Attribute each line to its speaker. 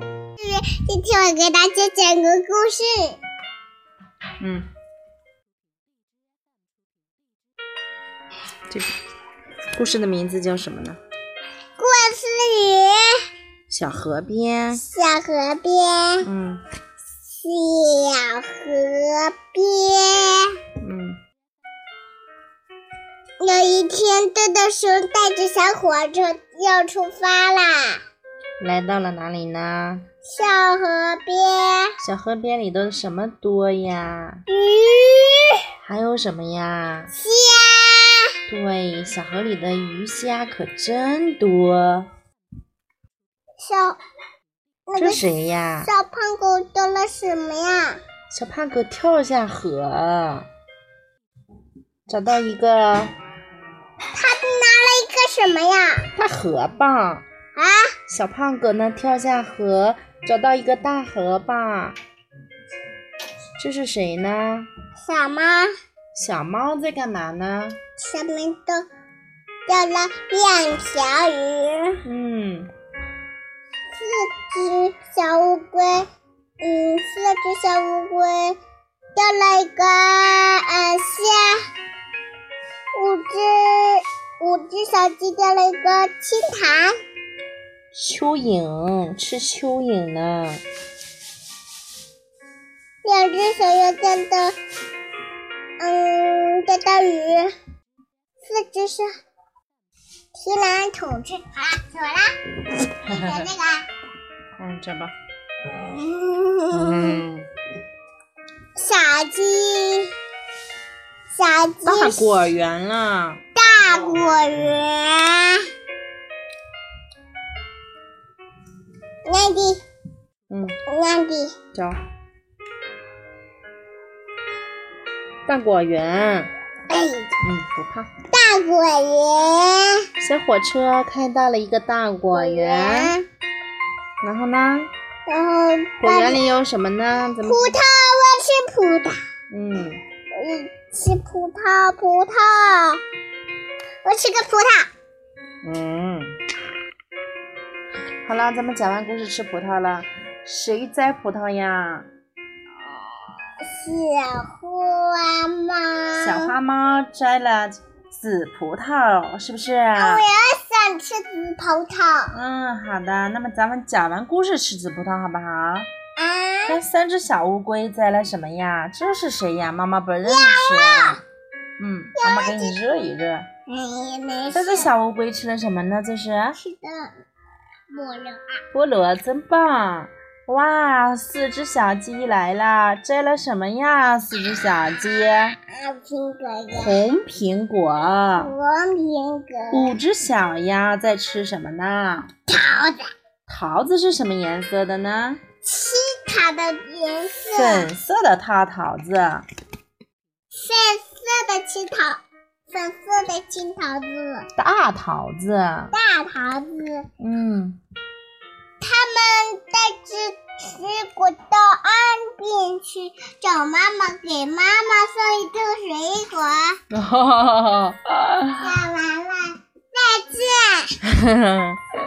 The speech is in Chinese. Speaker 1: 今天我给大家讲个故事。
Speaker 2: 嗯，这个故事的名字叫什么呢？
Speaker 1: 故事里，
Speaker 2: 小河边，
Speaker 1: 小河边，
Speaker 2: 嗯
Speaker 1: 小河边，
Speaker 2: 嗯
Speaker 1: 有一天，豆豆熊带着小火车要出发啦。，
Speaker 2: 来到了哪里呢？
Speaker 1: 小河边，
Speaker 2: 小河边里都什么多呀？
Speaker 1: 鱼
Speaker 2: 还有什么呀？
Speaker 1: 虾，
Speaker 2: 对，小河里的鱼虾可真多。
Speaker 1: 小那
Speaker 2: 这
Speaker 1: 个
Speaker 2: 谁呀？
Speaker 1: 小胖狗丢了什么呀？
Speaker 2: 小胖狗跳下河，找到一个
Speaker 1: 它拿了一个什么呀？
Speaker 2: 大河蚌。
Speaker 1: 啊，
Speaker 2: 小胖狗呢跳下河，找到一个大河蚌。这是谁呢？
Speaker 1: 小猫。
Speaker 2: 小猫在干嘛呢？
Speaker 1: 上面都钓了两条鱼，
Speaker 2: 嗯，
Speaker 1: 四只小乌龟，嗯，四只小乌龟钓了一个呃虾，五只五只小鸡钓了一个青苔，
Speaker 2: 蚯蚓吃蚯蚓呢。
Speaker 1: 两只小鸭钓的嗯钓到鱼，四只是提篮桶吃，好啦，走啦，你的那个。
Speaker 2: 嗯，这吧。
Speaker 1: 嗯
Speaker 2: 嗯，
Speaker 1: 小鸡，小鸡
Speaker 2: 大果园啦。
Speaker 1: 大果园。那里，
Speaker 2: 嗯，
Speaker 1: 那里，
Speaker 2: 走。大果园。
Speaker 1: 哎，
Speaker 2: 嗯，不怕。
Speaker 1: 大果园，
Speaker 2: 小火车开到了一个大果园，，然后呢？
Speaker 1: 然后
Speaker 2: 果园里有什么呢？咱们
Speaker 1: 葡萄，我吃葡萄，
Speaker 2: 嗯，
Speaker 1: 我吃葡萄，葡萄，我吃个葡萄。
Speaker 2: 嗯，好啦，咱们讲完故事吃葡萄了。谁摘葡萄呀？
Speaker 1: 小花猫，
Speaker 2: 小花猫摘了紫葡萄，是不是？
Speaker 1: 我也想吃紫葡萄。
Speaker 2: 嗯，好的。那么咱们讲完故事吃紫葡萄好不好？
Speaker 1: 啊，
Speaker 2: 那三只小乌龟摘了什么呀？这是谁呀？妈妈不认识。嗯，妈妈给你热一热。
Speaker 1: 没哎没
Speaker 2: 三只小乌龟吃了什么呢？这是
Speaker 1: 吃的抹了啊，
Speaker 2: 菠萝，真棒！哇，四只小鸡来啦，摘了什么呀？四只小鸡，
Speaker 1: 苹果呀，
Speaker 2: 红苹果。
Speaker 1: 黄苹果，
Speaker 2: 五只小鸭在吃什么呢？
Speaker 1: 桃子，
Speaker 2: 桃子是什么颜色的呢？
Speaker 1: 吃它的颜色，
Speaker 2: 粉色的大桃子。
Speaker 1: 粉色的青桃，粉色的青桃子，
Speaker 2: 大桃子，
Speaker 1: 大桃子，它
Speaker 2: 嗯，
Speaker 1: 们带着水果到岸边去找妈妈，给妈妈送一堆水果。讲完了，再见。